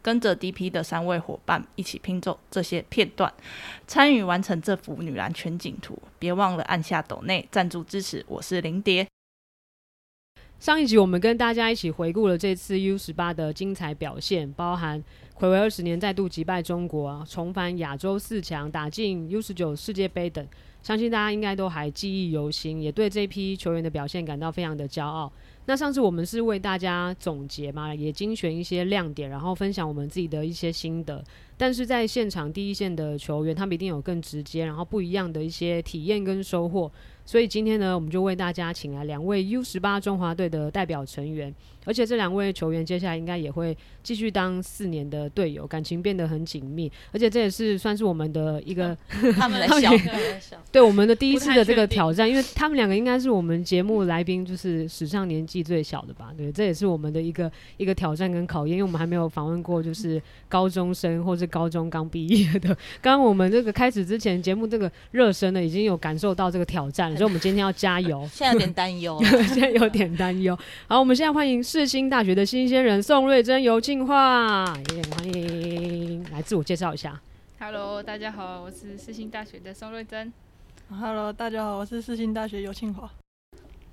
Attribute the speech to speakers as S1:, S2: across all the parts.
S1: 跟着 DP 的三位伙伴一起拼凑这些片段，参与完成这幅女篮全景图。别忘了按下抖内赞助支持，我是林蝶。
S2: 上一集我们跟大家一起回顾了这次 U 十八的精彩表现，包含暌违二十年再度击败中国、啊，重返亚洲四强，打进 U 十九世界杯等，相信大家应该都还记忆犹新，也对这批球员的表现感到非常的骄傲。那上次我们是为大家总结嘛，也精选一些亮点，然后分享我们自己的一些心得。但是在现场第一线的球员，他们一定有更直接，然后不一样的一些体验跟收获。所以今天呢，我们就为大家请来两位 U 十八中华队的代表成员，而且这两位球员接下来应该也会继续当四年的队友，感情变得很紧密，而且这也是算是我们的一个
S3: 他们来
S2: 他们
S3: 笑，。
S2: 也对我们的第一次的这个挑战，因为他们两个应该是我们节目来宾就是史上年纪最小的吧？对，这也是我们的一个 一个挑战跟考验，因为我们还没有访问过就是高中生或是高中刚毕业的。 刚刚我们这个开始之前，节目这个热身呢，已经有感受到这个挑战了，所以我们今天要加油
S3: 现在有点担忧。 啊
S2: 现在有点担忧。好，我们现在欢迎世新大学的新鲜人宋瑞珍、尤庆化，也欢迎来自我介绍一下。
S4: Hello，大家好，我是世新大学的宋瑞 珍。
S5: Hello，大家好，我是世新大学尤庆华。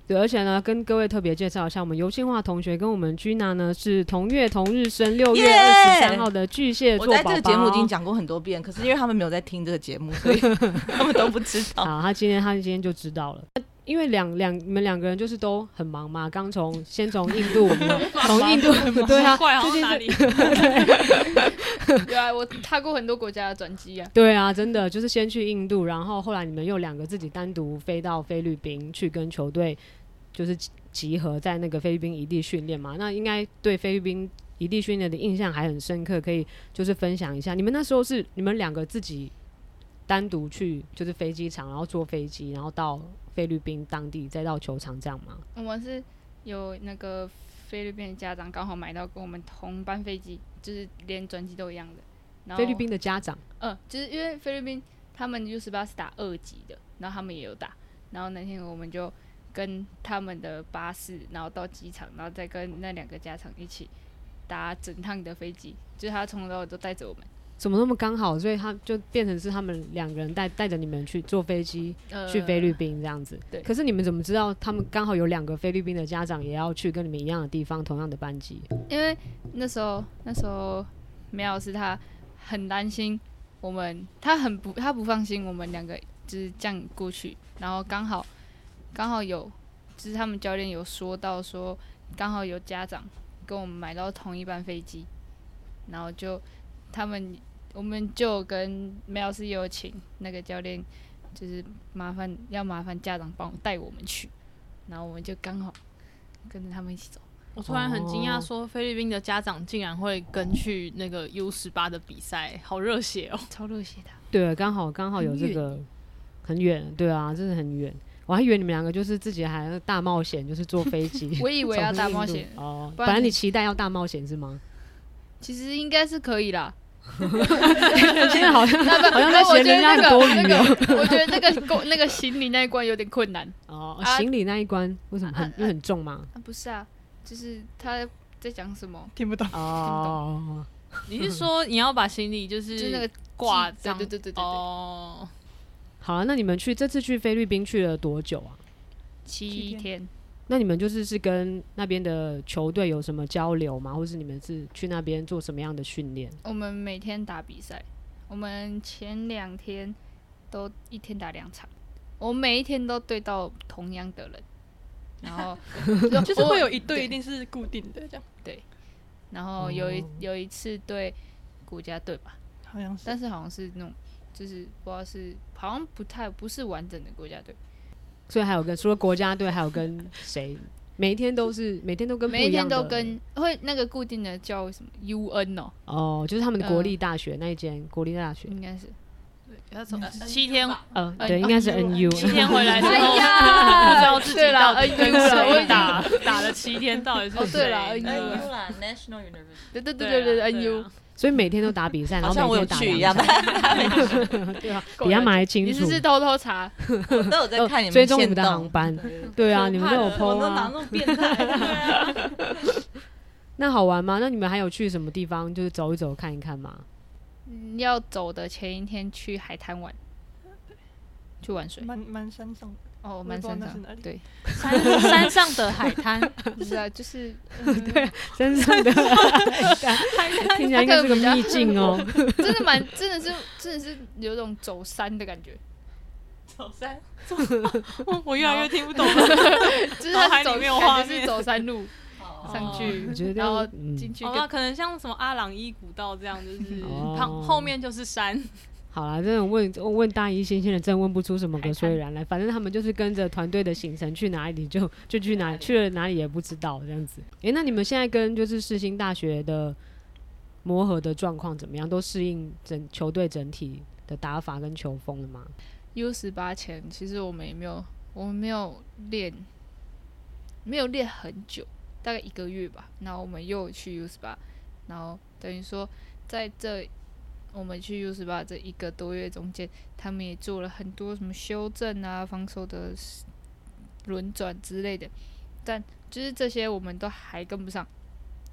S2: 对，而且呢，跟各位特别介绍一下，我们尤庆华同学跟我们 Gina 呢是同月同日生，六月二十
S3: Yeah！
S2: 三号的巨蟹
S3: 我
S2: 座
S3: 在
S2: 宝啊
S3: 这
S2: 宝。
S3: 个节目已经讲过很多遍，可是因为他们没有在听这个节 目，所以他们都不知道。
S2: 好，他今天他今天就知道了。因为两两你们两个人就是都很忙嘛，刚从先从印 度，我们从印度对啊，
S6: 怪
S2: 最近
S6: 哪
S2: 是
S6: 里？
S4: 对啊，我踏过很多国家的转机啊。
S2: 对啊，真的就是先去印度，然后后来你们又两个自己单独飞到菲律宾去跟球队就是集集合在那个菲律宾一地训练嘛。那应该对菲律宾一地训练的印象还很深刻，可以就是分享一下。你们那时候是你们两个自己单独去就是飞机场，然后坐飞机，然后到菲律宾当地，再到球场这样吗？
S4: 我们是有那个菲律宾的家长刚好买到跟我们同班飞机，就是连转机都一样的。然后
S2: 菲律，宾的家长
S4: 呃，就是因为菲律宾他们 U 十八是打二级的，然后他们也有打。然后那天我们就跟他们的巴士，然后到机场，然后再跟那两个家长一起搭整趟的飞机，就是他从头到尾都带着我们。
S2: 怎么那么刚好，所以他就变成是他们两个人带带着你们去坐飞机
S4: 呃
S2: 去菲律宾这样子。
S4: 对
S2: 可是你们怎么知道他们刚好有两个菲律宾的家长也要去跟你们一样的地方，同样的班级？
S4: 因为那时候那时候梅老师他很担心我们，他很不他不放心我们两个就是这样过去，然后刚好刚好有就是他们教练有说到说刚好有家长跟我们买到同一班飞机，然后就他们我们就跟梅老师也有请那个教练就是麻烦要麻烦家长帮我带我们去，然后我们就刚好跟着他们一起走。
S6: 我突然很惊
S2: 哦
S6: 讶，说菲律宾的家长竟然会跟去那个 U 十八的比赛，好热血哦！
S4: 超热血的。
S2: 对，刚好刚好有这个很远，对啊，真的很远。我还以为你们两个就是自己还大冒险，就是坐飞机
S4: 。我以为要大冒险
S2: 从印度哦，
S4: 不
S2: 本
S4: 然
S2: 来你期待要大冒险是 吗？
S4: 其实应该是可 以啦。
S2: 哦现在好像
S4: 那不
S2: 好像在
S4: 那我
S2: 嫌
S4: 觉得
S2: 人家
S4: 那
S2: 很
S4: 个
S2: 多
S4: 那
S2: 余哦。
S4: 个，我觉得那个过那个行李那一关有点困难。
S2: 哦，
S4: 啊
S2: 行李那一关为什么很
S4: 啊啊
S2: 因为很重 吗？
S4: 啊，不是啊，就是他在讲什么，
S5: 听不懂，
S2: 哦，
S6: 你是说你要把行李就是
S4: 就是那个
S6: 挂
S4: 对
S6: 上
S4: 对对对对对，
S6: 哦，
S2: 好啊，那你们去这次去菲律宾去了多久啊？
S4: 七天。
S2: 那你们就是是跟那边的球队有什么交流吗？或是你们是去那边做什么样的训练？
S4: 我们每天打比赛，我们前两天都一天打两场，我每一天都对到同样的人，然 后
S5: 就是会有一
S4: 对
S5: 对一定是固定的，这样
S4: 然后有一
S2: 哦
S4: 有一次对国家队吧，
S5: 好像是。
S4: 但是好像是那种就是不知道是好像不太不是完整的国家队。
S2: 所以还有跟除了国家队，还有跟谁？每一天都是每天都跟不
S4: 每一
S2: 样
S4: 天
S2: 的
S4: 都跟会那个固定的叫什么 UN 哦，
S2: 哦，就是他们的国立大学、那一间国立大学，
S4: 应该是
S6: 他从七天
S3: 哎
S2: 呃，
S4: 呃
S2: 对，应该是 N U。
S6: 七天回来之后，
S4: 哎
S6: 不知
S4: 呀，
S6: 道自己到底
S4: 对
S6: 跟
S4: 啦哎呦
S6: 谁打，打了七天到底是
S4: 哦
S6: 谁？
S4: 对啦哎
S2: 呃
S4: 呦
S6: 嗯
S3: 啦，National University，
S4: 对对对
S6: 对
S4: 对
S6: 啊
S4: 对
S6: 啊
S4: ，NU，
S2: 所以每天都打比赛，然
S3: 好
S2: 后
S3: 像
S2: 每
S3: 我有
S2: 天打
S3: 去一
S2: 两
S3: 样，
S2: 场，对啊，比他们还清
S4: 你
S2: 楚
S4: 是不。是偷偷查？
S3: 我都有在看你
S2: 呃
S3: 们
S2: 追踪你们
S3: 现
S2: 的
S3: 动
S2: 航班
S3: 对对
S2: 对啊，你们都有
S6: 可
S2: PO 啊。
S3: 么变态？
S2: 那好玩吗？那你们还有去什么地方就是走一走看一看吗？
S4: 嗯要走的前一天去海滩玩，去玩水。
S5: 蛮蛮山上的，
S4: 哦，
S5: 也
S4: 蛮
S5: 不
S4: 山
S5: 知道那
S4: 上
S5: 是哪里
S4: 对，
S6: 山山上的海 滩，
S4: 是啊，就是
S5: 嗯
S2: 真正的，听起来应该是个秘境哦。
S4: 真的蛮，真的是，真的是有种走山的感觉，
S3: 走山，
S6: 我我越来越听不懂了。
S4: 就是
S6: 脑
S4: 它
S6: 海
S4: 是走，
S6: 里面有画
S4: 感觉是
S6: 面
S4: 走山路
S3: 哦
S4: 上
S2: 我觉
S4: 去，
S2: 得
S4: 然后
S2: 嗯
S4: 进去
S6: 哦，
S4: 跟
S6: 那可能像什么阿朗伊古道这样，就是
S2: 哦
S6: 旁后面就是山，
S2: 好啦，真的问问大一新鲜人，真的问不出什么个所以然来。反正他们就是跟着团队的行程去哪里就就去哪里，去了哪里也不知道这样子。诶、那你们现在跟就是世新大学的磨合的状况怎么样？都适应整球队整体的打法跟球风了吗？
S4: U 十八前，其实我们也没有，我们没有练，没有练很久，大概一个月吧。然后我们又去 U 十八，然后等于说在这我们去 U 十八这一个多月中间，他们也做了很多什么修正啊、防守的 s- 轮转之类的，但就是这些我们都还跟不上。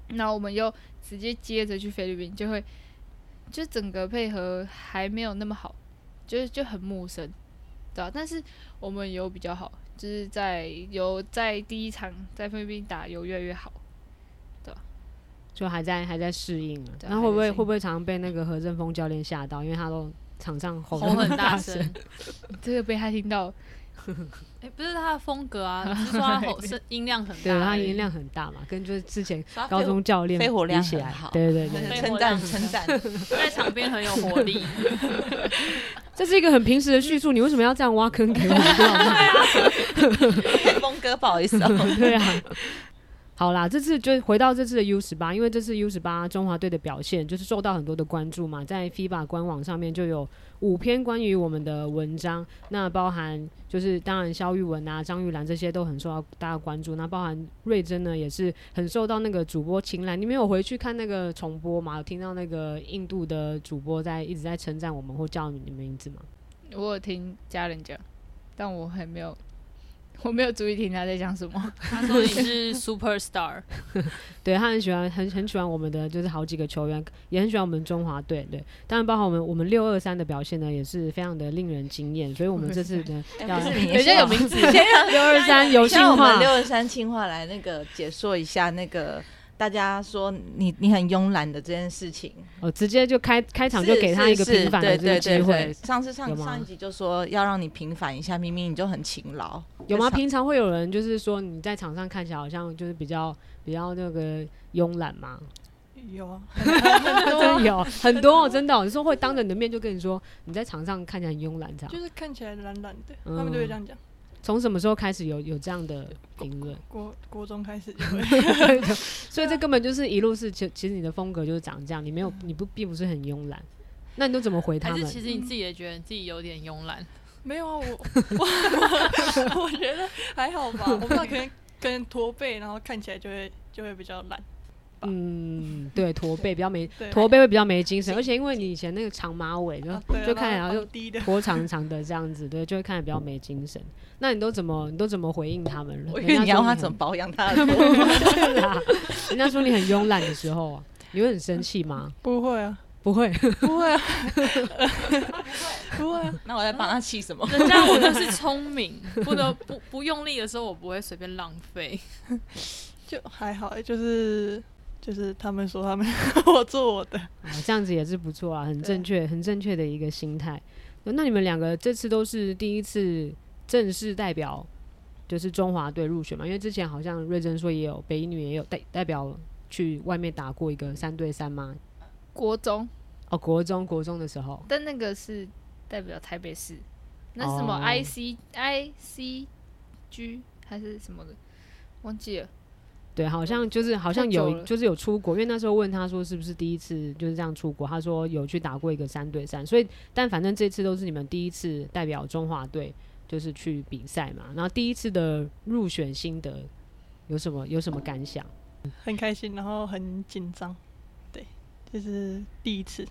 S4: 那我们又直接接着去菲律宾，就会就整个配合还没有那么好。就是就很陌生，对啊，但是我们有比较好，就是在有在第一场在菲律宾打有越来越好，
S2: 就还在还在适应啊。
S4: 对
S2: 那会不
S4: 还
S2: 会会
S4: 在适应
S2: 不会常被那个何振峰教练吓到？因为他都场上吼
S6: 吼很大
S2: 声
S6: 声。。
S4: 这个被他听到，
S6: 哎，不是他的风 格啊，只是说他吼声音量很大而
S2: 对啊他
S6: 已，
S2: 音量很大嘛，跟就是之前
S3: 所以他
S2: 高中教练
S3: 肺活量
S2: 比起
S3: 很
S2: 来
S3: 好，
S2: 对 对对，
S3: 对称赞称赞，
S6: 在场边很有活 力。
S2: 这是一个很平时的叙述，你为什么要这样挖坑给我 们？
S3: 峰哥不好意思哦，
S2: 对啊。好啦，这次就回到这次的 U 十八，因为这次 U 十八中华队的表现就是受到很多的关注嘛，在 FIBA 官网上面就有五篇关于我们的文章，那包含就是当然肖玉文啊、张玉兰这些都很受到大家关注，那包含瑞珍呢也是很受到那个主播青睐。你们有回去看那个重播吗？有听到那个印度的主播在一直在称赞我们或叫你们名字吗？
S4: 我有听家人讲，但我还没有，我没有注意听他在讲什么。
S6: 他说你是 super star，
S2: 对他很喜欢，很很喜欢我们的，就是好几个球员，也很喜欢我们中华队。对，当然包括我们我们六二三的表现呢，也是非常的令人惊艳。所以我们这次呢，要
S3: 哎不是
S4: 人家有名 字，先 让
S2: 六二三游戏
S3: 像我们
S2: 化，
S3: 六十三清华来那个解说一下那个。大家说你你很慵懒的这件事情，
S2: 哦，直接就开开场
S3: 是
S2: 就给他一个
S3: 是是
S2: 平反的
S3: 对
S2: 这个
S3: 对
S2: 机
S3: 对
S2: 会
S3: 对。，上次上
S2: 有吗
S3: 上一集就说要让你平反一下，明明你就很勤劳，
S2: 有吗？
S3: 就上
S2: 平常会有人就是说你在场上看起来好像就是比较比较那个慵懒 吗？
S5: 有啊，
S2: 真的有很多哦，真的哦，你说会当着你的面就跟你说你在场上看起来很慵懒这样
S5: 就。是看起来懒懒的，
S2: 嗯
S5: 他们都会这样讲。
S2: 从什么时候开始有有这样的评论？
S5: 国国中开始就会，
S2: 所以这根本就是一路是，其其实你的风格就是长这样，你没有，你不并不是很慵懒。那你都怎么回他
S6: 还
S2: 们
S6: 是？其实你自己也觉得你自己有点 慵懒？
S5: 没有啊，我我我觉得还好 吧，我不知道可能可能驼背，然后看起来就会就会比较懒，
S2: 嗯，对，驼背比较没，
S5: 对，
S2: 驼背会比较没精神，而且因为你以前那个长马尾，就
S5: 啊对啊
S2: 嗯就看起来
S5: 然后
S2: 就
S5: 低的，
S2: 驼长长的这样子，对，就会看起来比较没精神。那你都怎么，你都怎么回应他们？
S3: 我以
S2: 人
S3: 为
S2: 家
S3: 你要
S2: 说
S3: 问他
S2: 很
S3: 怎么保养他 的头
S2: 对啦？人家说你很慵懒的时候啊，你会很生气吗？
S5: 不会啊，
S2: 不会，
S5: 不会啊， 不会啊，
S3: 那我在帮他气什么？
S6: 人家我就是聪明，不得不不用力的时候，我不会随便浪费。
S5: 就还好欸，就是就是他们说他们， 我做我的，
S2: 啊，这样子也是不错啊，很正确，很正确的一个心态。那你们两个这次都是第一次正式代表，就是中华队入选嘛？因为之前好像瑞珍说也有北一女也有代代表去外面打过一个三对三嘛。
S4: 国中，
S2: 哦，国中国中的时候，
S4: 但那个是代表台北市，那是什么
S2: 哦
S4: I C I C G 还是什么的，忘记了。
S2: 对，好像就是好像
S4: 太久
S2: 有
S4: 了
S2: 就是有出国，因为那时候问他说是不是第一次就是这样出国，他说有去打过一个三对三，所以但反正这次都是你们第一次代表中华队就是去比赛嘛，然后第一次的入选心得有什么有什么感想？
S5: 很开心，然后很紧张，对，就是第一次，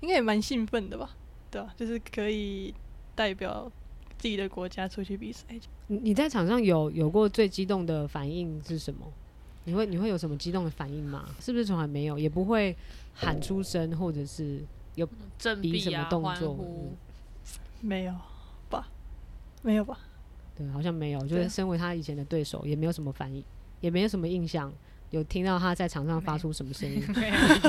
S5: 应该也蛮兴奋的吧，对吧、就是可以代表自己的国家出去比赛，
S2: 你你在场上有有过最激动的反应是什么？你会你会有什么激动的反应吗？是不是从来没有，也不会喊出声，或者是
S6: 振
S2: 比什
S6: 臂
S2: 么
S6: 啊，
S2: 动
S6: 欢
S2: 作
S6: 呼，
S5: 没有吧？没有吧？
S2: 对，好像没有，就是
S5: 对
S2: 身为他以前的对手，也没有什么反应，也没有什么印象，有听到他在场上发出什么声 音？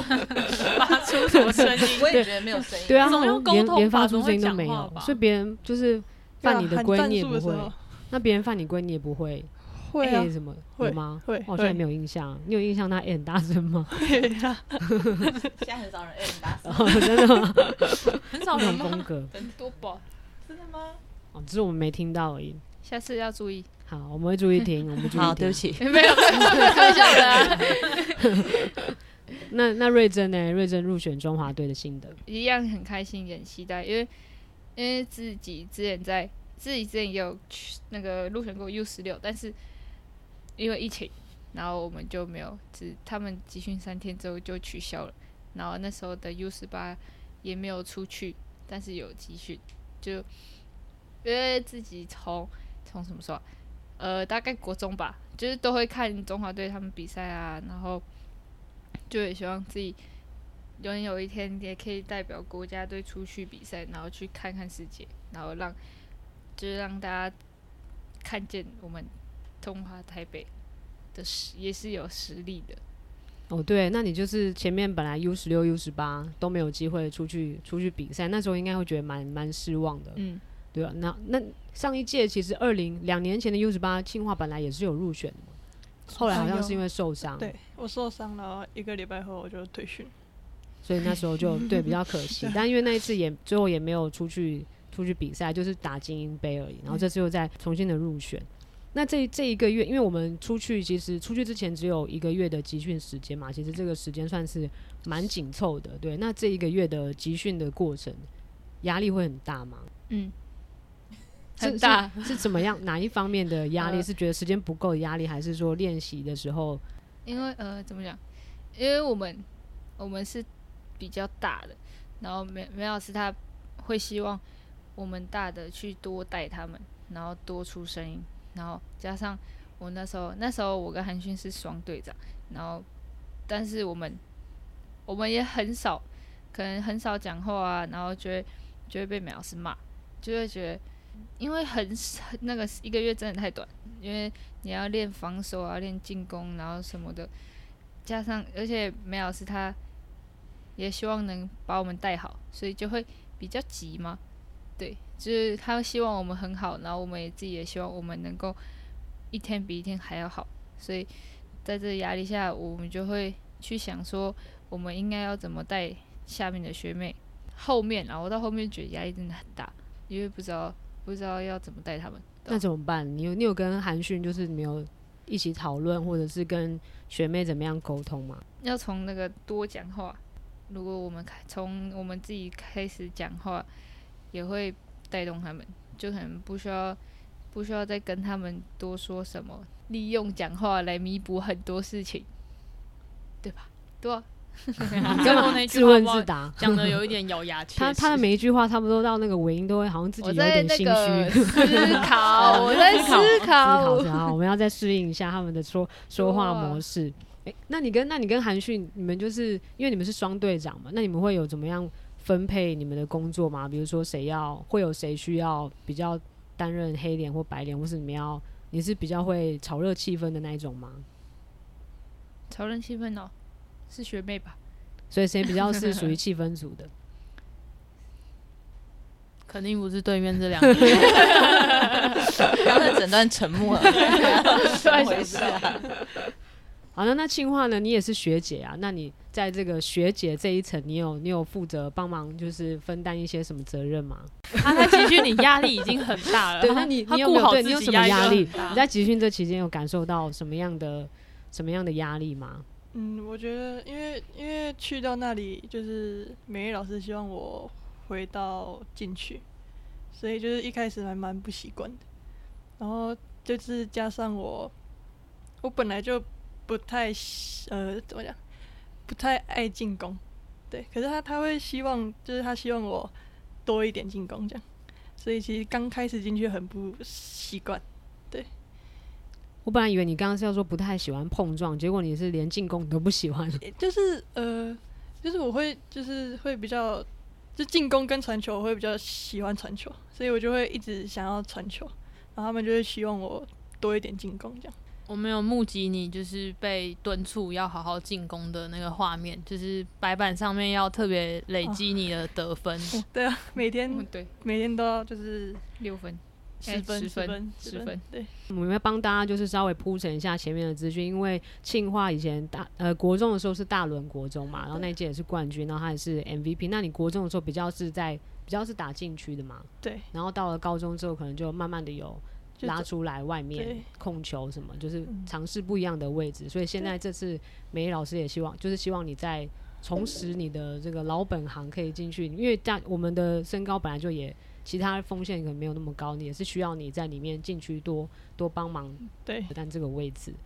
S6: 发出什么声音？
S3: 我也觉得没有声音。
S2: 对啊，
S6: 怎么
S2: 他
S6: 用
S2: 们
S6: 沟
S2: 连
S6: 通
S2: 连
S6: 吧
S2: 发
S6: 怎
S2: 出
S6: 么
S2: 声
S6: 会
S2: 音都
S6: 讲
S2: 没
S6: 话
S2: 有，
S6: 吧
S2: 所以别人就是
S5: 对
S2: 犯
S5: 啊
S2: 你的
S5: 喊
S2: 规
S5: 战
S2: 你也
S5: 术
S2: 不
S5: 的时
S2: 会
S5: 候，
S2: 那别人犯你规你也不 会，
S5: 会啊
S2: 欸，什么
S5: 会
S2: 有吗？
S5: 会
S2: 我好像也
S5: 会
S2: 没有印象，你有印象他欸很大声吗？
S5: 会啊，
S3: 现在很少人 A 打死。
S2: 哦真的吗？
S6: 很少
S2: 那
S6: 人
S2: 种风格，
S4: 很多宝，
S2: 哦，只是我们没听到而已。
S4: 下次要注意。
S2: 好，我们会注意听，我们注意听。
S3: 好，对不。起，
S4: 没有，开玩笑的啊、
S2: 那那瑞珍呢？瑞珍入选中华队的心得，
S4: 一样很开心，也很期待，因为因为自己之前在自己之前也有去那个入选过 U 十六，但是因为疫情，然后我们就没有，只他们集训三天之后就取消了，然后那时候的 U 十八也没有出去，但是有集训，就因为自己从从什么时候啊、呃，大概国中吧，就是都会看中华队他们比赛啊，然后就也希望自己拥有一天也可以代表国家队出去比赛，然后去看看世界，然后让就是让大家看见我们中华台北的实也是有实力的。
S2: 哦，对，那你就是前面本来 U 十六、U 十八都没有机会出去出去比赛，那时候应该会觉得蛮蛮失望的，
S4: 嗯，
S2: 对吧、啊那那上一届其实二零两年前的 U 十八清华本来也是有入选的嘛，后来好像是因为受伤，
S5: 对我受伤，然后一个礼拜后我就退训，
S2: 所以那时候就对比较可惜。但因为那一次也最后也没有出去出去比赛，就是打精英杯而已。然后这次又再重新的入选。那这这一个月，因为我们出去其实出去之前只有一个月的集训时间嘛，其实这个时间算是蛮紧凑的。对，那这一个月的集训的过程，压力会很大吗？
S4: 嗯，
S2: 是
S4: 很大
S2: 是是怎么样？哪一方面的压力？
S4: 呃
S2: 是觉得时间不够的压力，还是说练习的时候
S4: 因为呃，怎么讲？因为我们我们是比较大的，然后梅梅老师他会希望我们大的去多带他们，然后多出声音，然后加上我那时候那时候我跟韩勋是双队长，然后但是我们我们也很少，可能很少讲话啊，然后就会就会被梅老师骂，就会觉得因为很那个一个月真的太短，因为你要练防守啊，练进攻，然后什么的，加上而且梅老师他也希望能把我们带好，所以就会比较急嘛。对，就是他希望我们很好，然后我们也自己也希望我们能够一天比一天还要好，所以在这个压力下，我们就会去想说，我们应该要怎么带下面的学妹。后面啊，我到后面觉得压力真的很大，因为不知道不知道要怎么带他们。
S2: 那怎么办？你有你有跟韩讯就是没有一起讨论，或者是跟学妹怎么样沟通吗？
S4: 要从那个多讲话。如果我们开从我们自己开始讲话，也会带动他们，就可能不需要不需要再跟他们多说什么，利用讲话来弥补很多事情，对吧？对啊、
S6: 最
S2: 干
S6: 后
S2: 嘛
S6: 那句
S2: 自
S6: 话
S2: 问
S6: 不知道
S2: 自答？
S6: 讲的有一点咬牙切齿。
S2: 他他的每一句话差不多到那个尾音都会好像自己
S4: 我
S2: 有
S4: 在
S2: 点
S4: 那
S2: 心
S4: 个
S2: 虚。
S4: 思考，我在思
S2: 思考
S4: 考
S2: 一，下啊，我们要再适应一下他们的说说话模式。诶，那你跟那你跟韩讯，你们就是因为你们是双队长嘛，那你们会有怎么样分配你们的工作吗？比如说谁要会有谁需要比较担任黑脸或白脸，或是你们要你是比较会炒热气氛的那一种吗？
S4: 讨论气氛哦，是学妹吧？
S2: 所以谁比较是属于气氛组的？
S6: 肯定不是对面这两个，
S3: 刚才整段沉 默了，怎 么回事啊？
S2: 好的，那庆化呢？你也是学姐啊，那你在这个学姐这一层，你有你有负责帮忙，就是分担一些什么责任吗？
S6: 他在集训你压力已经很大了。
S2: 对，那你
S6: 呃他
S2: 你有没
S6: 顾
S2: 有
S6: 好
S2: 对
S6: 自
S2: 你有
S6: 己
S2: 什么
S6: 压啊
S2: 压
S6: 力
S2: 力？
S6: 就很大
S2: 你在集训这期间有感受到什么样的什么样的压力吗？
S5: 嗯，我觉得，因为因为去到那里，就是美丽老师希望我回到进去，所以就是一开始还蛮不习惯的。然后就是加上我，我本来就不太喜呃怎么讲，不太爱进攻，对。可是他他会希望，就是他希望我多一点进攻这样，所以其实刚开始进去很不习惯。
S2: 我本来以为你刚刚是要说不太喜欢碰撞，结果你是连进攻你都不喜欢。
S5: 欸就是呃，就是我会就是会比较，就进攻跟传球，我会比较喜欢传球，所以我就会一直想要传球，然后他们就会希望我多一点进攻这样。
S6: 我没有目击你就是被敦促要好好进攻的那个画面，就是白板上面要特别累积你的得分。
S5: 对啊，每
S4: 嗯
S5: 天
S4: 对，
S5: 每天都要就是
S4: 六分，哎
S5: 十分、
S4: 十分
S5: 分、
S4: 十
S5: 十
S4: 分，
S5: 对，
S2: 我们要帮大家就是稍微铺陈一下前面的资讯，因为庆化以前大呃国中的时候是大轮国中嘛，然后那一届也是冠军，然后他也是 MVP。那你国中的时候比较是在比较是打禁区的嘛，
S5: 对。
S2: 然后到了高中之后，可能就慢慢的有
S5: 就
S2: 拉
S5: 走
S2: 出来外面
S5: 对
S2: 控球什么，就是
S5: 嗯
S2: 尝试不一样的位置。所以现在这次美老师也希望，就是希望你在重拾你的这个老本行，可以进去，因为大我们的身高本来就也。其他锋线可能没有那么高，你也是需要你在里面禁区多多帮忙
S5: 对，
S2: 但这个位置，
S5: 嗯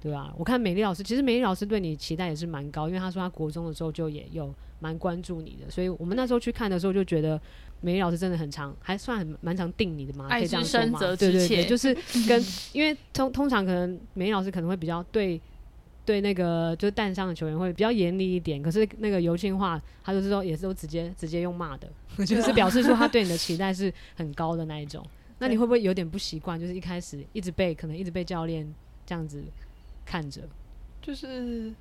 S2: 对啊，我看美丽老师，其实美丽老师对你期待也是蛮高，因为她说她国中的时候就也有蛮关注你的，所以我们那时候去看的时候就觉得美丽老师真的很常，还算很蛮常定你的嘛，
S6: 爱
S2: 可以这样说
S6: 之深
S2: 嘛，
S6: 责
S2: 对
S6: 之
S2: 对对，
S6: 切
S2: 就是跟 因为通通常可能美丽老师可能会比较对。对那个就是蛋上的球员会比较严厉一点，可是那个尤庆话，他就是说也是都直接直接用骂的， 就是表示说他对你的期待是很高的那一种。那你会不会有点不习惯？就是一开始一直被可能一直被教练这样子看 着，
S5: 就是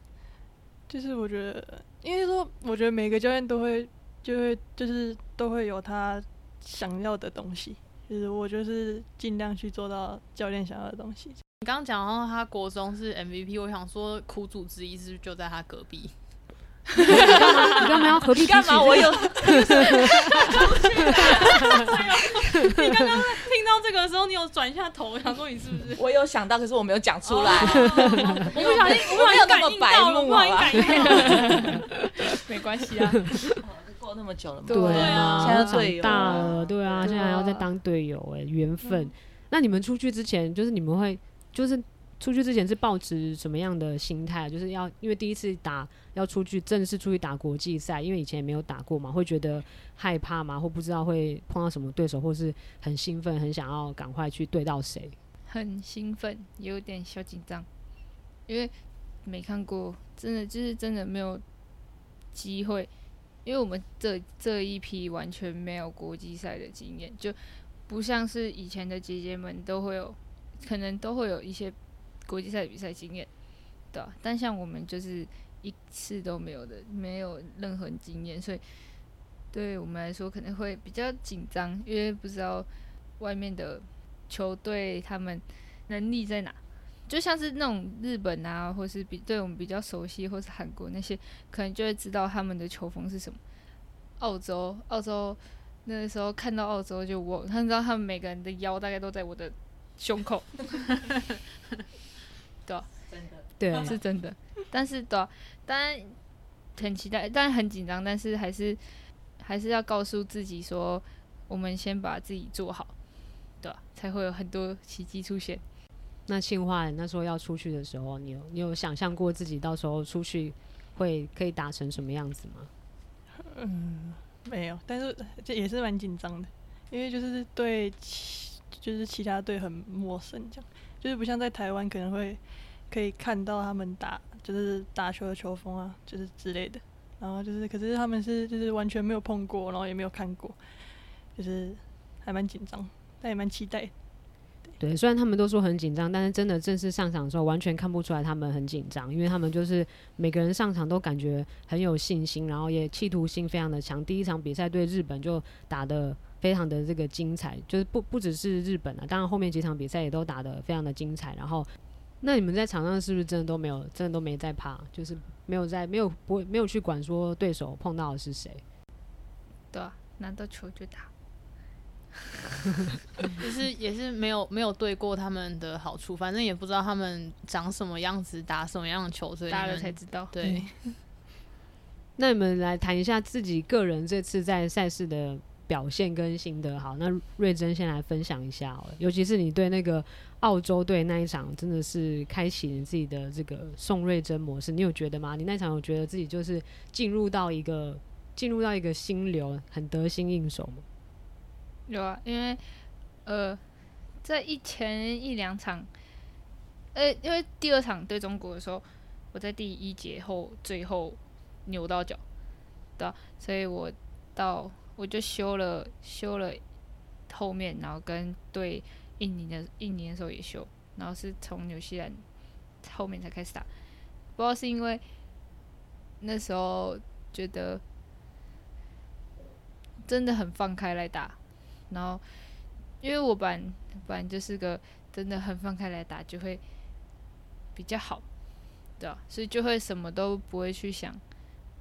S5: 就是我觉得，因为说我觉得每个教练都会就会就是都会有他想要的东西，就是我就是尽量去做到教练想要的东西。
S6: 你刚刚讲到他国中是 MVP，我想说苦主之一是不是就在他隔壁？
S2: 你干嘛要何必提起
S6: 干嘛？
S2: 这
S6: 我
S2: 个
S6: 有。你刚刚听到这个的时候，你有转一下头，想说你是不是？
S3: 我有想到，可是我没有讲出来。
S6: 哦我不小心，我不
S3: 我
S6: 小
S3: 没有那
S6: 心感
S3: 么
S6: 应
S3: 白
S6: 到了，
S3: 目啊
S6: 不小心
S3: 好吧
S6: 感应到了。
S4: 没关系啊。
S3: 过那么久了嘛，
S4: 对
S2: 啊，
S4: 啊
S3: 现在
S2: 长
S3: 队友
S2: 大
S3: 了
S2: 了，对啊，
S4: 对啊
S2: 现在还要再当队友、哎，缘分。那你们出去之前，就是你们会，就是出去之前是抱持什么样的心态？就是要因为第一次打，要出去正式出去打国际赛，因为以前也没有打过嘛，会觉得害怕嘛，或不知道会碰到什么对手，或是很兴奋，很想要赶快去对到谁。
S4: 很兴奋，也有点小紧张，因为没看过，真的就是真的没有机会，因为我们这这一批完全没有国际赛的经验，就不像是以前的姐姐们都会有，可能都会有一些国际赛比赛经验，对、啊、但像我们就是一次都没有的，没有任何经验，所以对我们来说可能会比较紧张，因为不知道外面的球队他们能力在哪。就像是那种日本啊，或是比对我们比较熟悉，或是韩国那些，可能就会知道他们的球风是什么。澳洲，澳洲那时候看到澳洲就我，他知道他们每个人的腰大概都在我的胸口，
S2: 对，
S4: 是真的。但是对啊、当然很期待，但很紧张，但是还是还是要告诉自己说，我们先把自己做好，对啊、才会有很多奇迹出现。
S2: 那庆华你那时候要出去的时候，你有你有想象过自己到时候出去会可以打成什么样子吗？
S5: 嗯，没有，但是这也是蛮紧张的，因为就是对其就是其他队很陌生，这样就是不像在台湾可能会可以看到他们打就是打球的球风啊，就是之类的。然后就是，可是他们是就是完全没有碰过，然后也没有看过，就是还蛮紧张，但也蛮期待。
S2: 对，虽然他们都说很紧张，但是真的正式上场的时候，完全看不出来他们很紧张，因为他们就是每个人上场都感觉很有信心，然后也企图心非常的强。第一场比赛对日本就打的非常的这个精彩，就是不不只是日本啊，当然后面几场比赛也都打的非常的精彩。然后，那你们在场上是不是真的都没有，真的都没在怕，就是没有在没有不会没有去管说对手碰到的是谁？
S4: 对啊，拿到球就打。
S6: 就是也是没有没有对过他们的好处，反正也不知道他们长什么样子，打什么样的球，所以
S4: 打了
S6: 你们
S4: 才知道。
S3: 嗯
S6: 对。
S2: 那你们来谈一下自己个人这次在赛事的表现跟心得。好，那瑞珍先来分享一下好了，尤其是你对那个澳洲队那一场，真的是开启你自己的这个宋瑞珍模式，你有觉得吗？你那场有觉得自己就是进入到一个进入到一个心流，很得心应手吗？
S4: 有啊，因为呃，这一前一两场，呃，因为第二场对中国的时候，我在第一节后最后扭到脚，对、啊，所以我到我就修了修了后面，然后跟对印尼的印尼的时候也修，然后是从纽西兰后面才开始打，不知道是因为那时候觉得真的很放开来打。然后因为我本来本来就是个真的很放开来打就会比较好，对啊，所以就会什么都不会去想，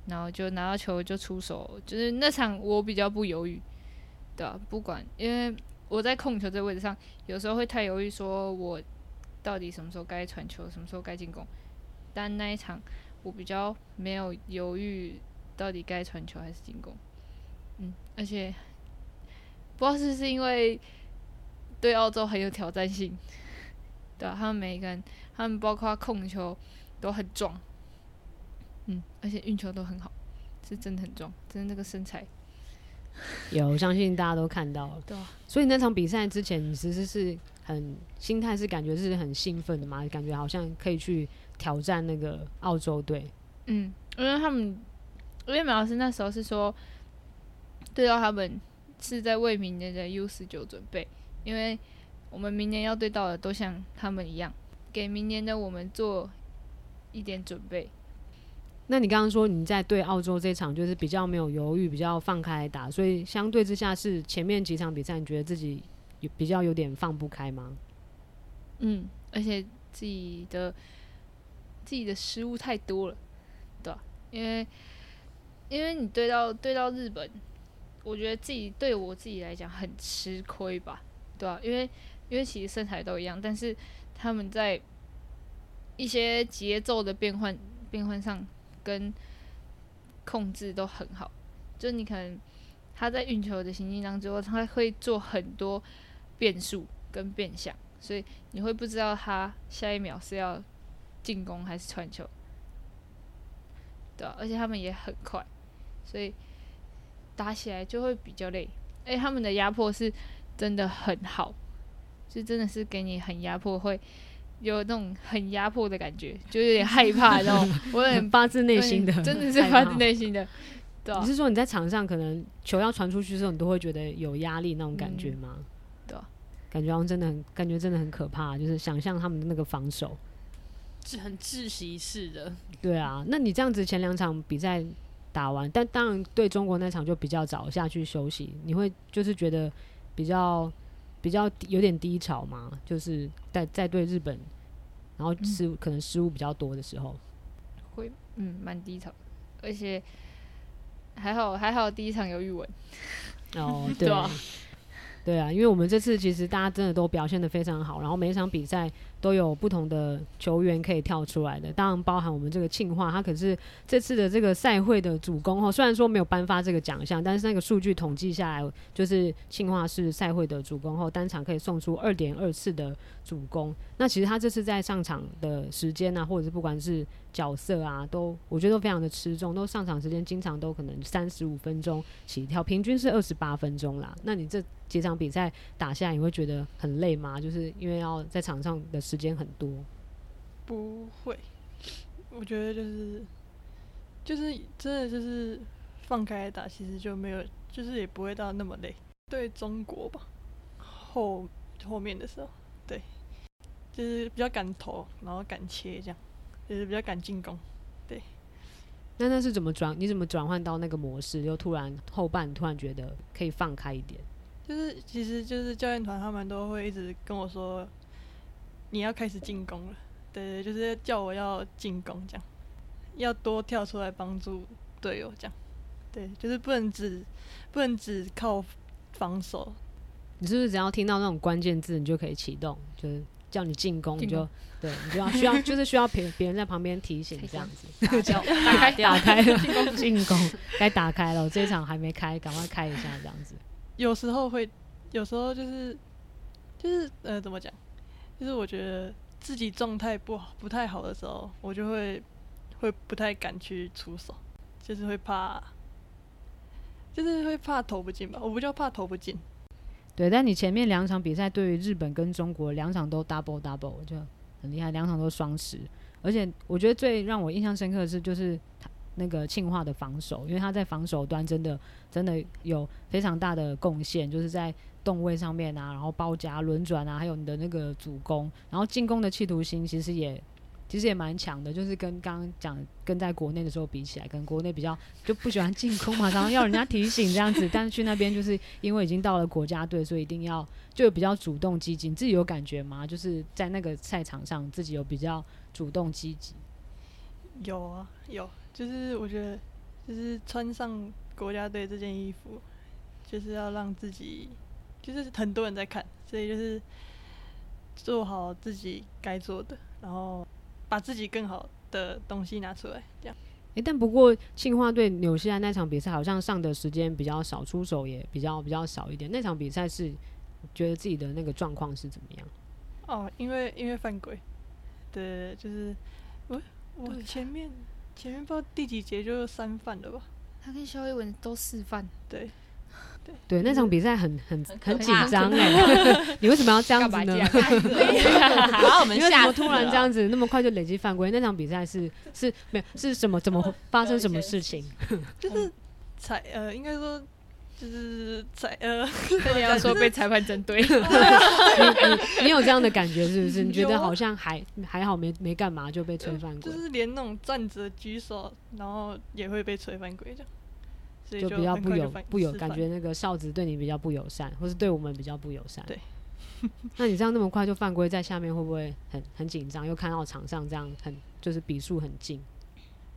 S4: 然后就拿到球就出手，就是那场我比较不犹豫，对啊，不管因为我在控球这位置上，有时候会太犹豫，说我到底什么时候该传球，什么时候该进攻，但那一场我比较没有犹豫到底该传球还是进攻，嗯，而且不知道是不是因为对澳洲很有挑战性， 对、啊、他们每一个人，他们包括控球都很壮，嗯，而且运球都很好，是真的很壮，真的那个身材，
S2: 有，我相信大家都看到了。
S4: 对啊
S2: 所以那场比赛之前，你其实是很心态是感觉是很兴奋的嘛，感觉好像可以去挑战那个澳洲队。
S4: 嗯，因为他们，因为马老师那时候是说，对到他们是在为明年的 U 十九准备，因为我们明年要对到的都像他们一样，给明年的我们做一点准备，
S2: 那你刚刚说你在对澳洲这场就是比较没有犹豫，比较放开来打，所以相对之下是前面几场比赛，你觉得自己有比较有点放不开吗？
S4: 嗯，而且自己的自己的失误太多了，对、啊、因为因为你对到对到日本，我觉得自己对我自己来讲很吃亏吧，对啊，因为因为其实身材都一样，但是他们在一些节奏的变换变换上跟控制都很好，就你可能他在运球的行进当中，他会做很多变数跟变相。所以你会不知道他下一秒是要进攻还是传球，对啊、而且他们也很快，所以打起来就会比较累。哎，他们的压迫是真的很好，就真的是给你很压迫，会有那种很压迫的感觉，就有点害怕那种。我有点
S2: 很 发自内心的，
S4: 真的是发自。内心的，对、啊
S2: 你，是说你在场上可能球要传出去之后，你都会觉得有压力那种感觉吗？
S4: 对啊
S2: 感觉好像真的很，感觉真的很可怕，就是想象他们的那个防守。
S6: 是很窒息式的，
S2: 对啊，那你这样子前两场比赛打完，但当然对中国那场就比较早下去休息，你会就是觉得比较比较低有点低潮嘛，就是在在对日本，然后失、可能失误比较多的时候，
S4: 会嗯蛮低潮的，而且还好还好第一场有语文，
S2: 哦，对
S4: 啊
S2: 对啊，因为我们这次其实大家真的都表现的非常好，然后每一场比赛都有不同的球员可以跳出来的，当然包含我们这个庆化，他可是这次的这个赛会的主攻哦，虽然说没有颁发这个奖项，但是那个数据统计下来，就是庆化是赛会的主攻后，单场可以送出二点二次的主攻。那其实他这次在上场的时间啊，或者是不管是角色啊，都我觉得都非常的吃重，都上场时间经常都可能三十五分钟起跳，平均是二十八分钟啦。那你这几场比赛打下来，你会觉得很累吗？就是因为要在场上的时间很多。
S5: 不会，我觉得就是就是真的就是放开来打，其实就没有，就是也不会到那么累。对中国吧，后后面的时候，对，就是比较敢投，然后敢切这样，就是比较敢进攻。
S2: 那那是怎么转？你怎么转换到那个模式？又突然后半突然觉得可以放开一点？
S5: 就是其实就是教练团他们都会一直跟我说，你要开始进攻了，对对，就是叫我要进攻这样，要多跳出来帮助队友这样，对，就是不能只不能只靠防守，
S2: 你是不是只要听到那种关键字，你就可以启动，就是叫你进攻，你
S4: 进
S2: 就对你就要需要 就是需要别别人在旁边提醒这样 子，
S4: 打掉，打 开，
S2: 打开了进攻进攻 该打开了，我这一场还没开，赶快开一下这样子。
S5: 有时候会，有时候就是就是呃，怎么讲？就是我觉得自己状态不好不太好的时候，我就会会不太敢去出手，就是会怕，就是会怕投不进吧。我不叫怕投不进，
S2: 对，但你前面两场比赛对于日本跟中国两场都 double double 就很厉害，两场都双十，而且我觉得最让我印象深刻的是就是他那个庆化的防守，因为他在防守端真的真的有非常大的贡献，就是在动位上面啊，然后包夹、轮转啊，还有你的那个主攻，然后进攻的企图心其实也。其实也蛮强的，就是跟刚刚讲跟在国内的时候比起来，跟国内比较就不喜欢进攻嘛，常常要人家提醒这样子，但是去那边就是因为已经到了国家队，所以一定要就比较主动积极。你自己有感觉吗？就是在那个赛场上，自己有比较主动积极。
S5: 有啊有，就是我觉得就是穿上国家队这件衣服，就是要让自己，就是很多人在看，所以就是做好自己该做的，然后把自己更好的东西拿出来，这样。
S2: 诶，但不过庆化对纽西兰那场比赛好像上的时间比较少，出手也比较比较少一点。那场比赛是觉得自己的那个状况是怎么样？
S5: 哦，因为因为犯规，对，就是我我前面前面不知道第几节就三犯了吧？
S4: 他跟肖一文都示范，
S5: 对，
S2: 对，那场比赛很很很紧
S4: 怕
S2: 张哎， 你为什么要这样
S4: 干
S2: 子
S4: 嘛这
S2: 呢？
S4: 样？
S6: 把我们
S2: 因为怎
S6: 吓
S2: 么
S6: 死
S2: 突然
S6: 了
S2: 这样子，那么快就累积犯规？那场比赛是是没有是什么？怎么发生什么事情？
S5: 就是踩呃，应该说就是踩呃，
S4: 那你要说被裁判针对，
S2: 你有这样的感觉是不是？你觉
S5: 有
S2: 得
S5: 啊
S2: 好像还还好没没干嘛就被吹犯
S5: 就
S2: 规，
S5: 是连那种站着举手，然后也会被吹犯规这样，所以
S2: 就比较
S5: 很
S2: 不
S5: 快就
S2: 友
S5: 犯
S2: 不友
S5: 示
S2: 感
S5: 范
S2: 觉那个哨子对你比较不友善，或是对我们比较不友善。
S5: 对。
S2: 那你这样那么快就犯规，在下面会不会很很紧张？又看到场上这样很就是比数很近，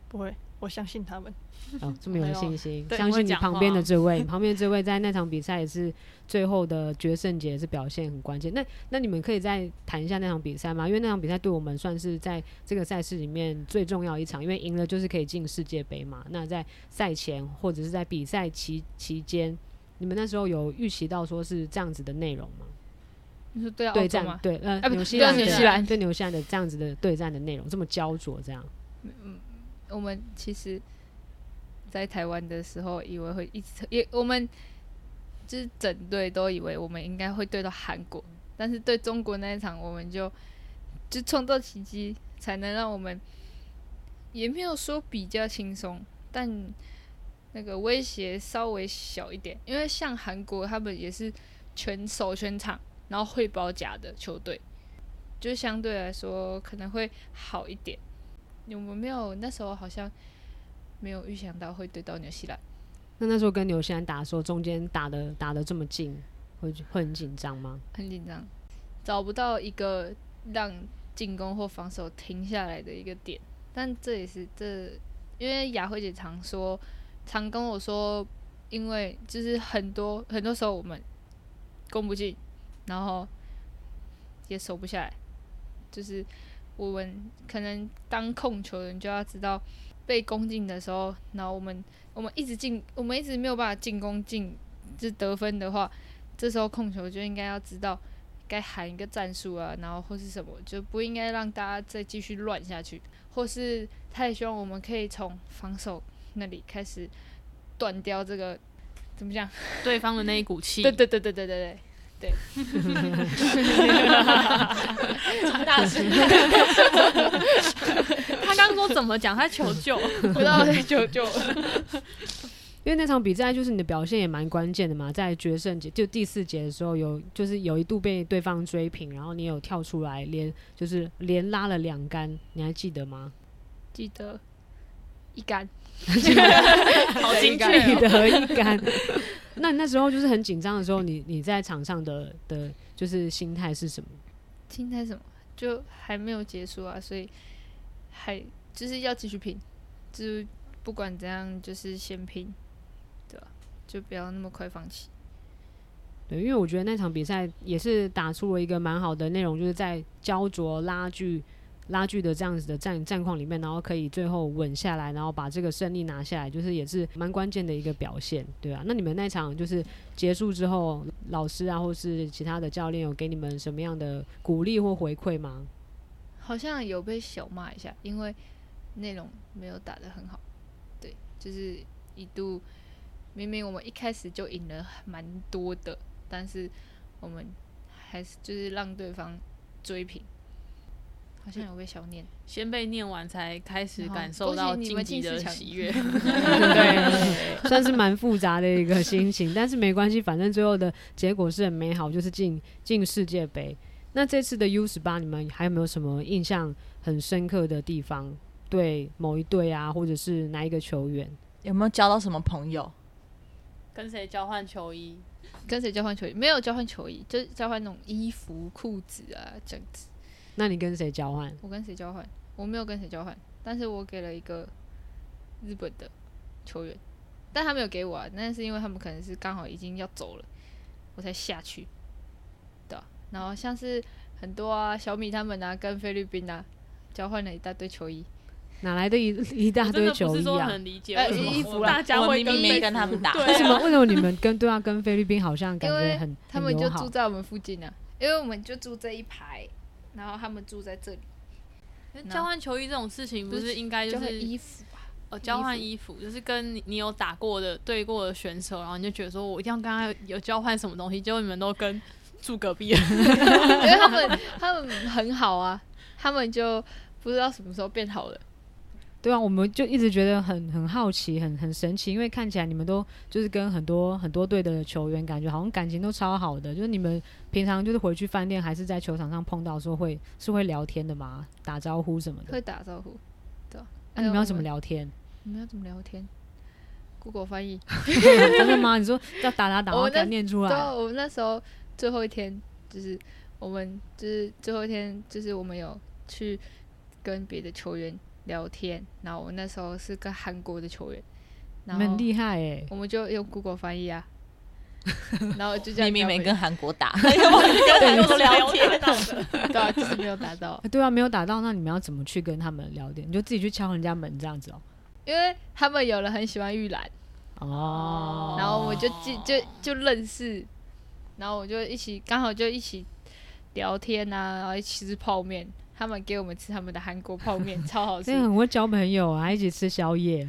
S5: 不会，我相信他们。
S2: 哦，这么有
S6: 哎呦
S2: 信心，
S6: 对
S2: 相
S6: 会
S2: 信你
S6: 讲
S2: 旁边
S6: 话
S2: 的这位，旁边这位在那场比赛也是最后的决胜节也是表现很关键。那那你们可以再谈一下那场比赛吗？因为那场比赛对我们算是在这个赛事里面最重要一场，因为赢了就是可以进世界杯嘛。那在赛前或者是在比赛期期间，你们那时候有预期到说是这样子的内容吗？
S4: 你说对啊，
S2: 对
S4: 澳洲
S2: 战
S4: 吗？
S2: 对呃
S4: 啊不
S2: 纽西
S4: 对
S2: 兰
S4: 纽
S2: 的
S4: 西兰
S2: 对纽西兰的这样子的对战的内容这么焦灼这样。
S4: 我们其实，在台湾的时候，以为会一直也我们就是整队都以为我们应该会对到韩国，但是对中国那一场，我们就就创造奇迹，才能让我们也没有说比较轻松，但那个威胁稍微小一点，因为像韩国他们也是全守全场，然后会包夹的球队，就相对来说可能会好一点。我们没有那时候好像没有预想到会对到纽西兰，
S2: 那那时候跟纽西兰打的时候，中间打的打的这么近，会会很紧张吗？
S4: 很紧张，找不到一个让进攻或防守停下来的一个点。但这也是这，因为雅慧姐常说，常跟我说，因为就是很多很多时候我们攻不进，然后也守不下来，就是我们可能当控球人就要知道被攻进的时候，然后我们我们一直进，我们一直没有办法进攻进，就是得分的话，这时候控球就应该要知道该喊一个战术啊，然后或是什么，就不应该让大家再继续乱下去，或是他也希望我们可以从防守那里开始断掉这个怎么讲？
S6: 对方的那一股气，
S4: 对对对对对对对
S6: 常大师。他刚说怎么讲？他求救，
S4: 对，不到九九，
S2: 因为那场比赛就是你的表现也蛮关键的嘛，在决胜节就第四节的时候有，就是有一度被对方追平，然后你有跳出来连就是连拉了两杆，你还记得吗？
S4: 记得一杆，
S6: 好精确
S2: 记
S6: 哦。
S2: 得一杆。 那你那时候就是很紧张的时候，你你在场上的的就是心态是什么？
S4: 心态什么，就还没有结束啊，所以还就是要继续拼，就是不管怎样，就是先拼，对吧、就不要那么快放弃。
S2: 对，因为我觉得那场比赛也是打出了一个蛮好的内容，就是在焦灼拉锯、拉锯的这样子的战战况里面，然后可以最后稳下来，然后把这个胜利拿下来，就是也是蛮关键的一个表现，对啊。那你们那场就是结束之后，老师啊或是其他的教练有给你们什么样的鼓励或回馈吗？
S4: 好像有被小骂一下，因为内容没有打得很好。对，就是一度明明我们一开始就赢了蛮多的，但是我们还是就是让对方追平，好像有被小念。
S6: 先被念完才开始
S4: 好
S6: 感
S4: 哦恭
S6: 受
S4: 喜
S6: 到
S4: 你们
S6: 晋级
S4: 进
S6: 的
S4: 四强
S6: 喜 悦。
S2: 对，算是蛮复杂的一个心情，但是没关系，反正最后的结果是很美好，就是进进世界杯。那这次的 U 十八，你们还有没有什么印象很深刻的地方？对某一队啊，或者是哪一个球员？
S3: 有没有交到什么朋友？
S6: 跟谁交换球衣？
S4: 跟谁交换球衣？没有交换球衣，就是交换那种衣服、裤子啊这样子。
S2: 那你跟谁交换？
S4: 我跟谁交换？我没有跟谁交换，但是我给了一个日本的球员，但他没有给我啊。那是因为他们可能是刚好已经要走了，我才下去。对啊、然后像是很多啊，小米他们啊，跟菲律宾啊交换了一大堆球衣，
S2: 哪来的一一大
S6: 我真
S2: 堆
S6: 的不
S2: 球
S6: 是
S2: 衣
S6: 说
S2: 啊？
S6: 很理解
S1: 哎
S3: 呃
S6: 为什
S3: 衣
S6: 么
S3: 服
S6: 我
S3: 啦
S6: 大家
S3: 我
S6: 会
S3: 明明
S6: 被
S3: 跟他们打
S6: 对
S2: 为什
S6: 啊
S2: 么为什么你们跟对啊跟菲律宾好像感
S4: 因
S2: 觉
S4: 为
S2: 很
S4: 他
S2: 很
S4: 们
S2: 友
S4: 就
S2: 好
S4: 住？在我们附近啊，因为我们就住这一排，然后他们住在这里，
S6: 交换球衣这种事情，不
S4: 不
S6: 是
S4: 是
S6: 应该就
S4: 交换
S6: 是
S4: 衣服啊。
S6: 哦，交换
S4: 衣
S6: 衣服就是跟你你有打过的、对过的选手，然后你就觉得说我一定要跟他有有交换什么东西，结果你们都跟住隔壁的人，
S4: 因为他们他们很好啊，他们就不知道什么时候变好了。
S2: 对啊，我们就一直觉得很很好奇，很很神奇，因为看起来你们都就是跟很多很多队的球员，感觉好像感情都超好的。就是你们平常就是回去饭店，还是在球场上碰到，说会是会聊天的吗？打招呼什么的？
S4: 会打招呼，对啊。
S2: 那、你们要怎么
S4: 聊？
S2: 聊 天？
S4: 你们要怎么聊天？Google 翻译。
S2: 真的吗？你说要打打打，然
S4: 我
S2: 后给它
S4: 那
S2: 念出
S4: 对啊，
S2: 来？
S4: 我们那时候最后一天就是我们就是最后一天就是我们有去跟别的球员聊天，然后我那时候是跟韩国的球员，
S2: 你
S4: 然
S2: 们很
S4: 后
S2: 厉害哎、
S4: 我们就用 Google 翻译 啊，然后就这样
S3: 明明没
S4: 聊回
S3: 跟韩国打，
S6: 跟他都聊天，
S4: 对啊，就是没有达到。
S2: 对啊，没有打到，那你们要怎么去跟他们聊天？你就自己去敲人家门这样子哦、
S4: 因为他们有人很喜欢玉兰，
S2: 哦，
S4: 然后我就记就就认识，然后我就一起刚好就一起聊天啊，然后一起吃泡面，他们给我们吃他们的韩国泡面，超好吃
S2: 真。的很会交朋友啊，还一起吃宵 夜。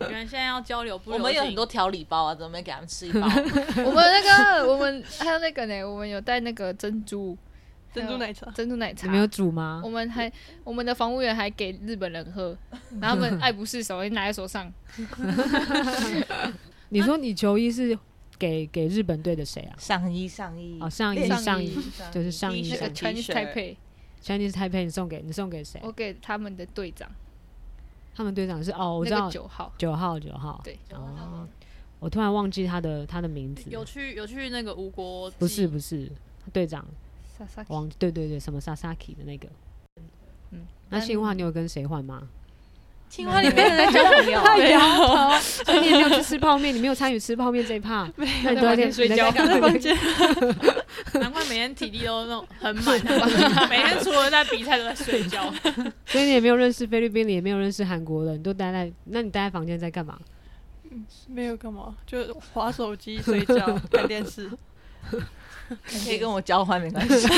S6: 原来现在要交流不？
S3: 我们有很多，调理包啊，怎么没给他们吃一包？
S4: 我们那个我们还有那个呢，我们有带那个珍珠
S5: 珍珠奶茶，
S4: 珍珠奶
S2: 你
S4: 茶
S2: 们。有煮吗
S4: 我？们还我们的防务员还给日本人喝，然后他们爱不释手，也拿在手上。啊
S2: 你说你球衣是给给日本队的谁啊？
S3: 上衣上衣
S2: 哦，上衣
S4: 练习
S2: 上衣
S3: 上衣
S2: 就是上衣
S3: 那
S4: 那
S2: 上
S4: 个
S2: 衣
S3: 衣
S4: Chinese
S3: T-shirt
S4: Taipei，
S2: Chinese Taipei，你送给你送给谁？
S4: 我给他们的队长，
S2: 他们队长是哦，我知
S4: 那
S2: 道
S4: 个九号，
S2: 九号九号。
S4: 对
S2: 哦，我突然忘记他的他的名字，
S6: 有去有去那个吴国，
S2: 不是不是队长
S4: 萨萨克。
S2: 王，对对对，什么 Sasaki 的那个。
S4: 嗯
S2: 那杏花，你有跟谁换 吗？
S3: 青蛙里面在交朋友，
S2: 太摇头，所以你也没有去吃泡面，你没有参与吃泡面这一趴，那你都在
S4: 在房间睡 觉
S2: 在房间。
S6: 难怪每天体力都那种很满，每天除了在比赛都在睡觉。
S2: 所以你也没有认识菲律宾人，也没有认识韩国人，你都待在那你待在房间在干嘛？
S5: 没有干嘛，就划手机、睡觉、看电视。
S3: 你可以跟我交换没关系，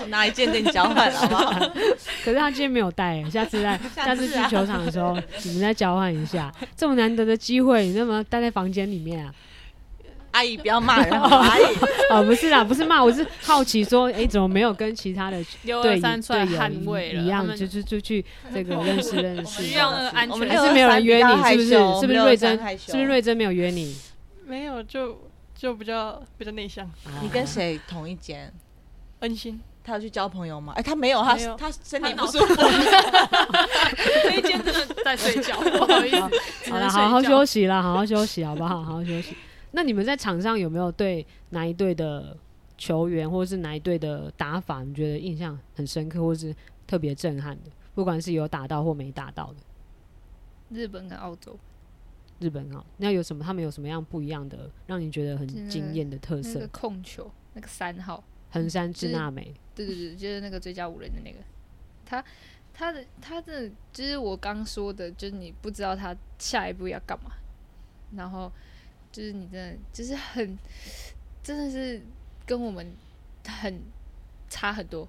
S3: 我拿一件跟你交换好不好？
S2: 可是他今天没有 带，下次在下
S3: 下
S2: 次
S3: 次
S2: 去
S3: 啊
S2: 球场的时候， 你们再交换一下。这么难得的机会，你那么待在房间里面啊？
S3: 阿姨不要骂人，好不好阿姨
S2: 哦，不是啦，不是骂，我是好奇说，诶，怎么没有跟其他的
S6: 六二
S2: 队
S6: 三出来
S2: 队友
S6: 捍卫了，
S2: 一
S6: 他
S2: 样，
S6: 们
S2: 就就就 去这个认识认识。
S6: 需要那个安
S3: 我
S6: 全
S3: 们
S2: 还
S6: 感。
S2: 是没有人约你，是不是？
S3: 623
S2: 是不是瑞珍
S3: 比较害？
S2: 是
S3: 羞
S2: 不是瑞珍没有约你？
S5: 没有，就就比较比较内向，
S2: 啊
S3: 你跟谁同一间？
S5: 恩心。
S3: 他要去交朋友吗？哎，他没有，他
S5: 没有
S3: 他身体
S6: 他脑
S3: 不
S6: 子
S3: 舒服，
S6: 这一间真的在睡觉，不好意思，只
S2: 好
S6: 能
S2: 了，
S6: 睡
S2: 好好
S6: 觉
S2: 休息啦，好好休息，好不好？好好休息。那你们在场上有没有对哪一队的球员，或者是哪一队的打法，你觉得印象很深刻，或是特别震撼的？不管是有打到或没打到的，
S4: 日本跟澳洲，
S2: 日本哈，那有什么他们有什么样不一样的，让你觉得很
S4: 真的
S2: 惊艳的特
S4: 那
S2: 色
S4: 个？控球，那个三号，
S2: 横山智
S4: 就是
S2: 娜美，
S4: 对对对，就是那个最佳五人的那个，他他的他的就是我刚说的，就是你不知道他下一步要干嘛，然后就是你真的就是很 真的是跟我们很差很多，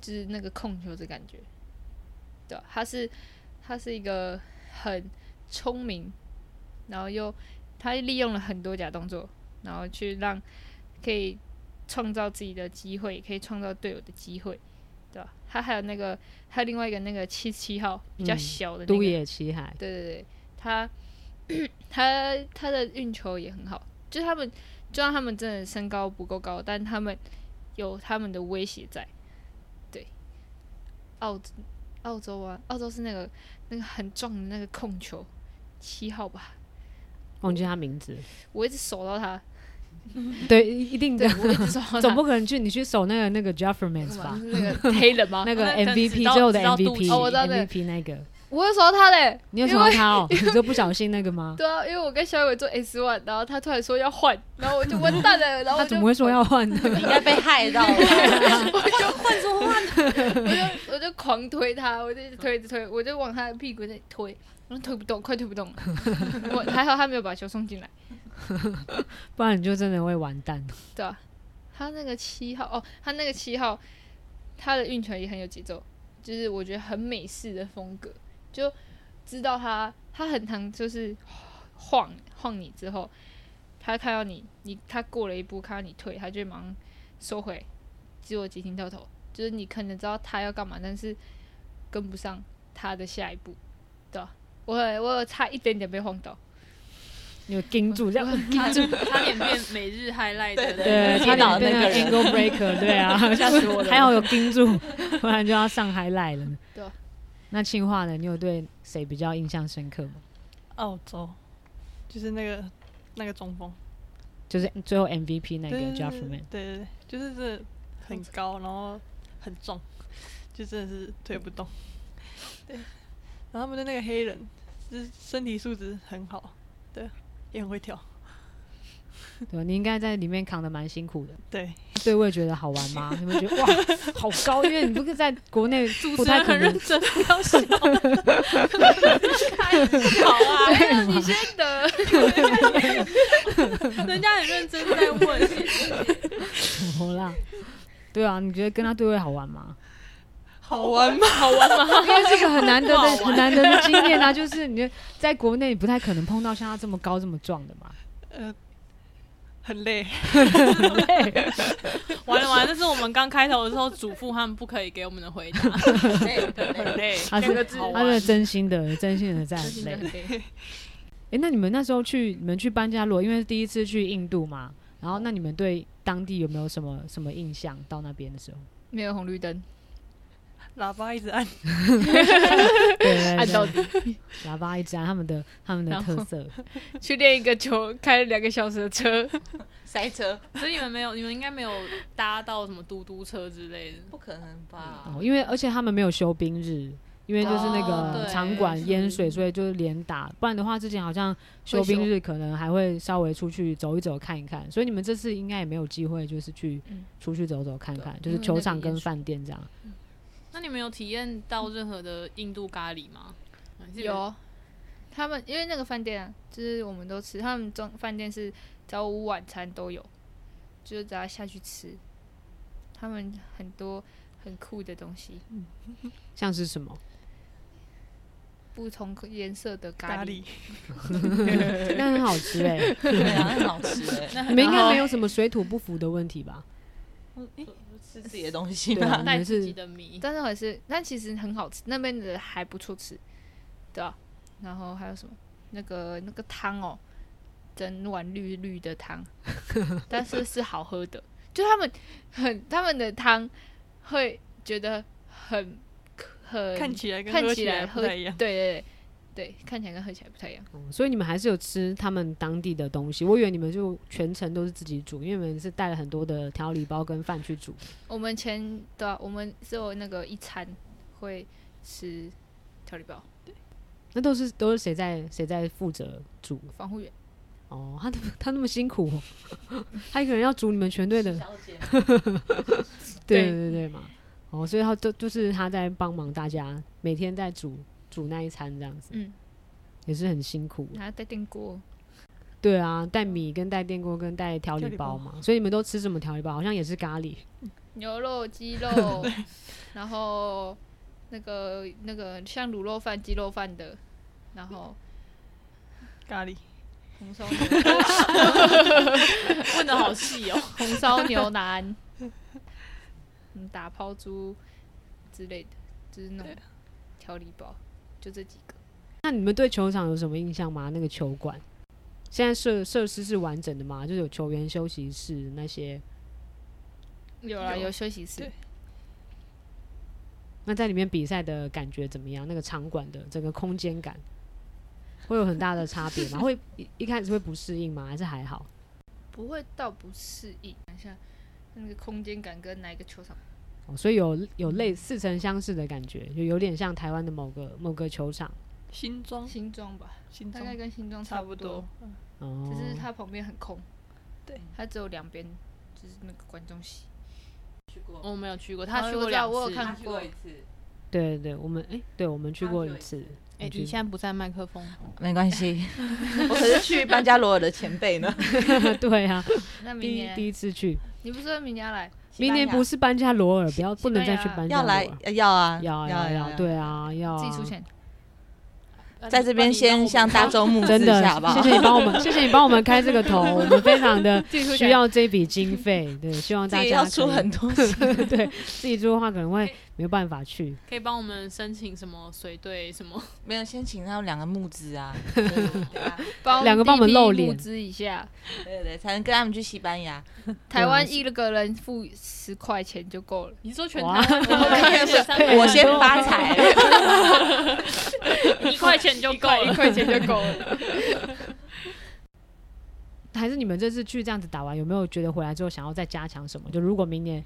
S4: 就是那个控球的感觉，对吧、他是他是一个很聪明，然后又他利用了很多假动作，然后去让可以创造自己的机会，也可以创造队友的机会，对吧？他还有那个，还有另外一个那个七七号比较
S2: 嗯
S4: 小的那
S2: 都
S4: 个，
S2: 野七海，
S4: 对对对，他他他的运球也很好，就是他们，就算他们真的身高不够高，但他们有他们的威胁在。对，澳洲澳洲啊，澳洲是那个那个很壮的那个控球七号吧，
S2: 忘记他名字，
S4: 我一直守到他，
S2: 对，一一定
S4: 对
S2: 的，
S4: 我一直 守到他，
S2: 总不可能去你去守那个那个 Jeffermans 吧？
S4: 那个黑人吗？
S2: 那个
S6: 那等
S2: MVP
S6: 直
S2: 最后
S6: 到
S2: 的
S6: 直到肚
S2: MVP，
S6: 脐
S4: 哦我知道那个
S2: MVP 那个，
S4: 我有守到他嘞，
S2: 你有
S4: 因
S2: 想到
S4: 为
S2: 他哦？你就不小心那个 吗？
S4: 对啊，因为我跟小伟做 S one，然后他突然说要换，然后我就完蛋了，然后
S2: 他
S4: 我就
S2: 怎么会说要换呢？
S3: 应该被害到了。
S4: 我 就我就狂推他，我就一直推一直推，我就往他的屁股那里推，然后推不动，快推不动了。我还好他没有把球送进来，
S2: 不然你就真的会完蛋。
S4: 对吧、他那个七号哦，他那个七号，他的运球也很有节奏，就是我觉得很美式的风格，就知道他他很常就是晃晃你之后，他看到你你他过了一步，看到你退，他就马上收回，结果急停掉头，就是你可能知道他要干嘛，但是跟不上他的下一步，对吧、啊我我有差一点点被晃 倒，
S2: 你有盯住这样，
S6: 他差点变 每日 highlight 的那个
S2: 对，差点变成
S3: 跌
S2: angle breaker，对啊，
S6: 吓死我了
S2: 还好有盯住，不然就要上海来了。
S4: 对啊
S2: 那庆化呢？你有对谁比较印象深刻吗？
S5: 澳洲，就是那个那个中锋，
S2: 就是最后 MVP 那个
S5: 对
S2: Jefferman，
S5: 对对对，就是真的很高，然后很重，就真的是推不动。对，然后他们的那个黑人，就是身体素质很好，对，也很会跳，
S2: 对吧？你应该在里面扛的蛮辛苦的。
S5: 对，
S2: 对位觉得好玩吗？你们觉得哇，好高，因为你不是在国内不
S6: 主持
S2: 太
S6: 人
S2: 可
S6: 很
S2: 能
S6: 认真， 不要笑，好啊，
S4: 没有你先得。
S6: 人家很认真在问，
S2: 怎么啦？对啊，你觉得跟他对位好玩吗？
S5: 好玩吗？
S6: 好玩吗？
S2: 因为这个很难得
S6: 不
S2: 的、
S6: 好玩
S2: 很难得的经验啊，就是你就在国内你不太可能碰到像他这么高、这么壮的嘛。
S5: 呃，很累，
S6: 完了完了，这是我们刚开头的时候嘱咐他们不可以给我们的回答， 很累，
S2: 他是他是真心的，真心的在
S4: 真
S2: 很
S4: 心
S2: 累
S4: 的。很累。
S2: 诶，那你们那时候去，你们去班加罗，因为是第一次去印度嘛，然后那你们对当地有没有什么什么印象？到那边的时候，
S4: 没有红绿灯，
S5: 喇叭一直按，
S2: 对对
S4: 按到
S2: 对，喇叭一直按他们的他们的
S4: 然后
S2: 特色，
S4: 去练一个球，开了两个小时的车，
S3: 塞车，
S6: 所以你们没有，你们应该没有搭到什么嘟嘟车之类的。
S3: 不可能吧
S2: 哦？因为而且他们没有休兵日。因为就是那
S6: 哦
S2: 个
S6: 对
S2: 场馆淹水，所以就是连打。不然的话，之前好像休兵日可能还会稍微出去走一走看一看。所以你们这次应该也没有机会，就是去
S4: 嗯
S2: 出去走走看看，就
S4: 因
S2: 是
S4: 为
S2: 球
S4: 那
S2: 场
S4: 个
S2: 跟
S4: 淹水
S2: 饭店这样。
S6: 那你们有体验到任何的印度咖喱吗？
S4: 有，他们因为那个饭店啊，就是我们都吃，他们中饭店是早午晚餐都有，就是只要下去吃，他们很多很酷的东西，
S2: 像是什么？
S4: 不同颜色的咖
S5: 咖
S4: 喱
S5: 喱，，
S2: 那很好吃哎、
S3: 对啊，很好吃哎，
S2: 你们应该没有什么水土不服的问题吧？
S3: 吃自己的东西
S2: 对啊，
S3: 吗？
S2: 你
S6: 带
S2: 们
S6: 自己
S2: 是
S6: 的米，
S4: 但是还是，但其实很好吃，那边的还不错吃，对啊。然后还有什么？那个那个汤哦，整碗绿绿的汤， 但是是好喝的。就他们很他们的汤会觉得很很
S5: 看起来跟
S4: 看
S5: 喝
S4: 起来
S5: 不
S4: 喝
S5: 太一样，
S4: 对对对对，看起来跟喝起来不太一样。
S2: 嗯所以你们还是有吃他们当地的东西。我以为你们就全程都是自己煮，因为你们是带了很多的调理包跟饭去煮。
S4: 我们前对啊，我们只有那个一餐会吃调理包，
S2: 那都是都是谁在谁在负责煮？
S4: 防护员，
S2: 哦，他那么他那么辛 苦、哦，他一个人要煮你们全队的， 对对对对嘛。哦，所以他就就是他在帮忙大家，每天在煮煮那一餐这样子，
S4: 嗯，
S2: 也是很辛苦。
S4: 然后带电锅，
S2: 对啊，带米跟带电锅跟带调理包嘛，所以你们都吃什么调理包？好像也是咖喱，
S4: 牛肉、鸡肉，然后那个那个像卤肉饭、鸡肉饭的，然后
S5: 咖喱，
S4: 红烧牛
S6: 问的好细哦。
S4: 红烧牛腩，嗯，打抛猪之类的，就是那种调理包，就这几个。
S2: 那你们对球场有什么印象吗？那个球馆现在设设施是完整的吗？就是有球员休息室那些，
S4: 有啊啦，
S5: 有
S4: 有休息室
S5: 对，
S2: 那在里面比赛的感觉怎么样？那个场馆的整个空间感会有很大的差 别吗？会一一开始会不适应吗？还是还好？
S4: 不会到不适应。想一下，那个空间感跟哪一个球场？
S2: 哦、所以有有类似曾相似的感觉，就有点像台湾的某个某个球场
S5: 新装
S4: 新庄吧，
S5: 新
S4: 大
S5: 装
S4: 概跟新庄
S5: 差
S4: 不
S5: 不多，，
S2: 哦，
S4: 只是它旁边很空。
S5: 对，
S4: 它只有两边就是那个观众席。
S6: 我没有去过，
S4: 哦
S6: 他去
S4: 我
S6: 过
S4: 知道
S6: 两次。
S4: 我有看过，
S2: 对对对，我们诶，对我们去过一次，
S6: 哎，
S2: 我
S6: 你
S2: 去
S6: 现在不在麦克风，
S3: 没关 系，我可是去班加罗尔的前辈呢。
S2: 对啊，
S4: 那明
S2: 第一第
S4: 年
S2: 一次去，
S4: 你不是说明年要来？
S2: 明年不是搬家罗尔，不要不能再去搬家
S3: 要
S2: 罗
S3: 来
S2: 尔。
S3: 呃要啊，
S2: 要啊要啊
S3: 要
S2: 要啊，，对啊，要
S4: 自己
S2: 啊
S4: 出钱，
S6: 呃
S3: 在这边先向大众募资
S2: 真
S3: 一
S2: 的
S3: 下好不，好
S2: 谢？谢你帮我们，谢谢你帮我们开这个头，我们非常的
S4: 自己出
S2: 需
S4: 钱。
S2: 要这笔经费，对，希望
S3: 自
S2: 大
S3: 己
S2: 家
S3: 要
S2: 可
S3: 出
S2: 以
S3: 很多钱，
S2: 对，自己做的话可能会没有办法去，
S6: 可以帮我们申请什么水队什么？
S3: 没有先请他们两个募 资啊，
S4: 帮
S2: 两个帮我们
S4: DP
S2: 露脸
S4: 募资一下。
S3: 对对对，才能跟他们去西班牙。
S2: 啊
S4: 台湾一个人付十块钱就够了。
S6: 你说全
S2: 哇
S6: 台湾，我们可以选三
S2: 对
S6: 百
S3: 我先发财，
S6: 一块钱就够 了，一块钱就够了。
S2: 还是你们这次去这样子打完，有没有觉得回来之后想要再加强什么？就如果明年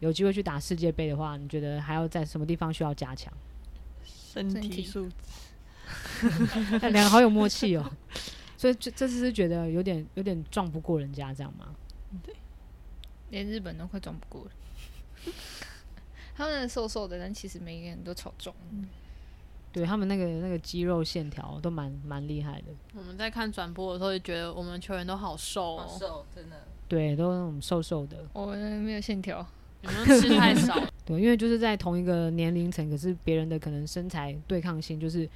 S2: 有机会去打世界杯的话，你觉得还要在什么地方需要加强？
S5: 身
S4: 身体
S5: 体素质，
S2: 那两个好有默契哦，所以这这次是觉得有点有点撞不过人家这样吗？
S4: 连日本都快撞不过了。 他们瘦瘦的，但其实每个人都超壮。
S2: 对他们那个那个肌肉线条都蛮蛮厉害的，
S6: 我们在看转播的时候就觉得我们球员都好瘦哦，
S3: 瘦，真的。
S2: 对，都那种瘦瘦的，
S4: 我们没有线条，
S6: 有没有吃太少？
S2: 对，因为就是在同一个年龄层，可是别人的可能身材对抗性就是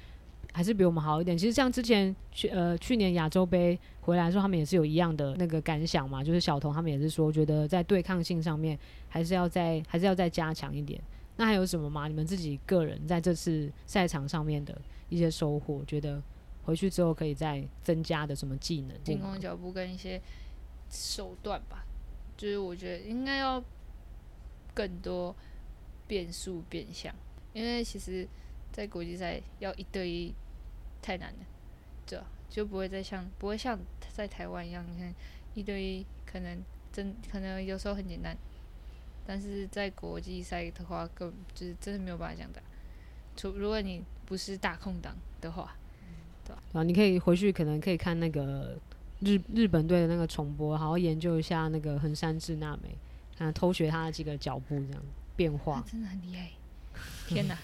S2: 还是比我们好一点。其实像之前去呃去年亚洲杯回来的时候，他们也是有一样的那个感想嘛，就是小童他们也是说，觉得在对抗性上面还是要再还是要再加强一点。那还有什么吗？你们自己个人在这次赛场上面的一些收获，觉得回去之后可以再增加的什么技能？
S4: 进攻脚步跟一些手段吧，就是我觉得应该要更多变数变相，因为其实，在国际赛要一对一太难了，对啊、就不会再像不会像在台湾一样，你看一对一可能真可能有时候很简单，但是在国际赛的话，更就是真的没有办法这样打，除如果你不是大空档的话，
S2: 啊，你可以回去可能可以看那个日日本队的那个重播，好好研究一下那个横山智娜美，看偷学她的几个脚步这样变
S4: 哇
S2: 化，。
S4: 真的很厉害，天哪！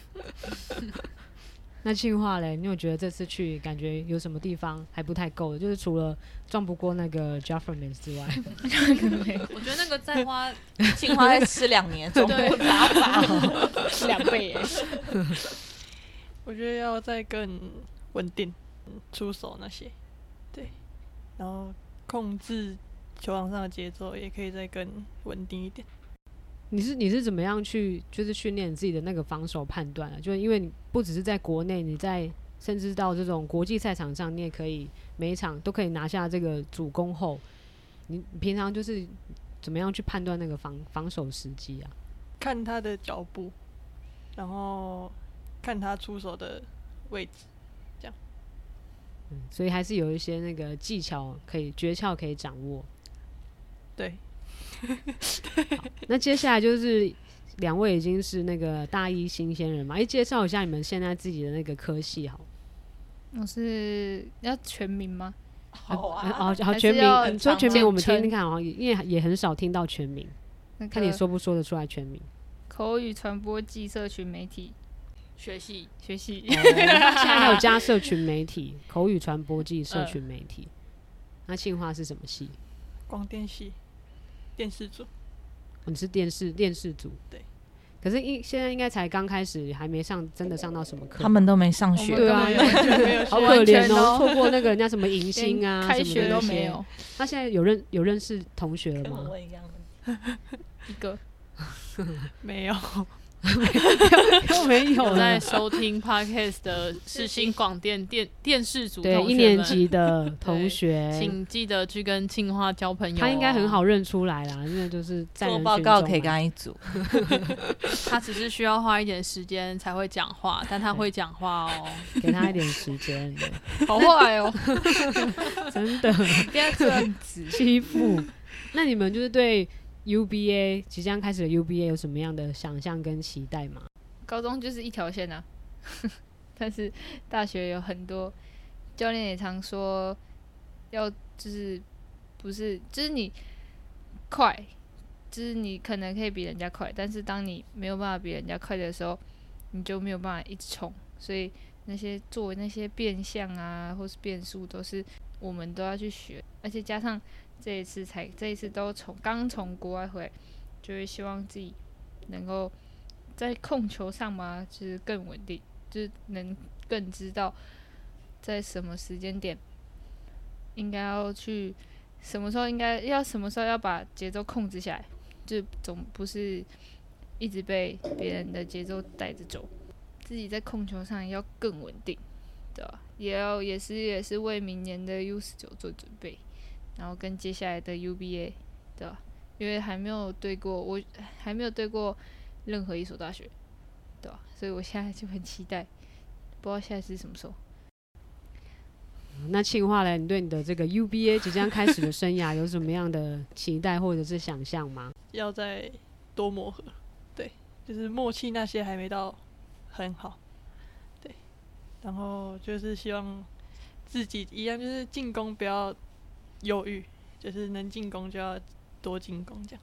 S2: 那庆化嘞，你有觉得这次去感觉有什么地方还不太够的？就是除了撞不过那个 Jefferman 之外，
S6: 我觉得那个再花
S3: 青花再吃两年，总
S6: 对
S3: 不打法。
S4: 两倍耶！
S5: 我觉得要再更稳定，嗯出手那些，对，然后控制球场上的节奏也可以再更稳定一点。
S2: 你是你是怎么样去就是训练你自己的那个防守判断啊？就是因为你不只是在国内，你在甚至到这种国际赛场上，你也可以每一场都可以拿下这个主攻后，你你平常就是怎么样去判断那个防防守时机啊？
S5: 看他的脚步，然后看他出手的位置，
S2: 嗯，所以还是有一些那个技巧可以诀窍可以掌握。
S5: 对，
S2: 那接下来就是两位已经是那个大一新鲜人嘛，哎，介绍一下你们现在自己的那个科系好了。
S4: 我是要全名吗？
S2: 嗯
S3: 好
S2: 哦，好，
S4: 啊还是
S2: 全
S4: 要
S2: 名，你说全名，
S4: 简
S2: 我们听听
S4: 称
S2: 看啊，因为也很少听到全名，
S4: 那个
S2: 看你说不说得出来全 哦名。
S4: 口语传播暨社群媒体
S6: 学 习
S4: 学系，
S2: 现在还有加社群媒体、口语传播暨
S4: 嗯
S2: 社群媒体。那庆华是什么系？
S5: 广电系电视组，
S2: 哦你是电视电视组。
S5: 对。
S2: 可是应现在应该才刚开始，还没上真的上到什么课。
S3: 他们都没上
S4: 我们
S3: 学，
S2: 对啊
S4: 根本
S5: 完全没有
S2: 好可
S4: 完
S2: 怜
S4: 全
S2: 哦，
S4: 哦
S2: 错过那个人家什么迎新啊，
S4: 开
S2: 什么的
S4: 学
S2: 那
S4: 都没
S2: 些。
S4: 有
S2: 他现在有认有认识同学了吗？
S3: 一样。
S4: 一个。
S5: 没有，
S2: 都没有
S6: 有
S2: 了
S6: 在。收听 podcast 的世新广电电电视组
S2: 对，
S6: 同学
S2: 一年
S6: 们，
S2: 级的同学，
S6: 请记得去跟庆华交朋友、
S2: 他应该很，好认出来啦，因为就是在
S3: 啊做
S2: 人
S3: 报
S2: 群
S3: 告
S2: 中啊
S3: 可以
S2: 嘛
S3: 跟他一组，
S6: 他只是需要花一点时间才会讲 话，但他会讲话哦。
S2: 给他一点时 间，对
S4: 好坏哦，
S2: 真的。
S4: 不要这样子。
S2: 欺负。那你们就是对 UBA 即将开始的 UBA 有什么样的想象跟期待吗？
S4: 高中就是一条线啊， 但是大学有很多教练也常说，要就是不是就是你快，就是你可能可以比人家快，但是当你没有办法比人家快的时候，你就没有办法一直冲，所以那些做那些变相啊或是变数都是我们都要去学，而且加上这一次才这一次都从刚从国外回来，就会希望自己能够。在控球上嘛，就是更稳定，就是能更知道在什么时间点应该要去，什么时候应该要什么时候要把节奏控制下来，就总不是一直被别人的节奏带着走，自己在控球上要更稳定，对吧？也要也是也是为明年的 U 十九做准备，然后跟接下来的 UBA，对吧？因为还没有对过，我还没有对过。任何一所大学，对吧、所以我现在就很期待，不知道现在是什么时候。
S2: 那庆化嘞，你对你的这个 UBA 即将开始的生涯有什么样的期待或者是想象吗？
S5: 要再多磨合，对，就是默契那些还没到很好，对，然后就是希望自己一样，就是进攻不要犹豫，就是能进攻就要多进攻，这样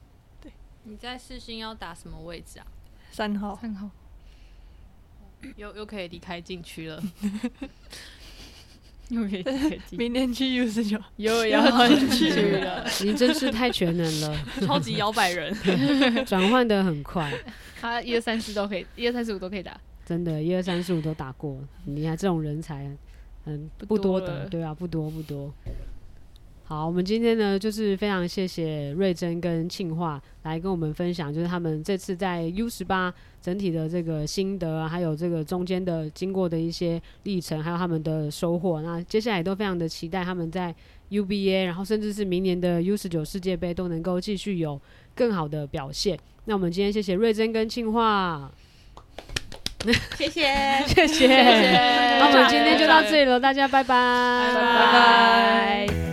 S6: 你在世新要打什么位置啊？
S5: 三号
S4: 看好，
S6: 又又可以离开禁 区了，
S4: 又 可以开机，
S5: 明天去 U 十九，
S4: 又
S5: 要进去
S4: 了。
S2: 你真是太全能 了，
S6: 超级摇摆人。
S2: 转换的很快，
S4: 他一二三四都可以，一二三四五都可以打。
S2: 真的，一二三四五都打过，你还这种人才，嗯，不
S4: 不多
S2: 多的，
S4: 了
S2: 对啊，不多不多。好，我们今天呢，就是非常谢谢瑞珍跟庆化来跟我们分享，就是他们这次在 U 十八整体的这个心得啊，还有这个中间的经过的一些历程，还有他们的收获。那接下来也都非常的期待他们在 UBA，然后甚至是明年的 U 十九世界杯都能够继续有更好的表现。那我们今天谢谢瑞珍跟庆化，
S3: 谢谢。
S2: 谢谢。
S4: 那
S2: 那我们今天就到这里了，大家拜拜，
S4: 拜拜。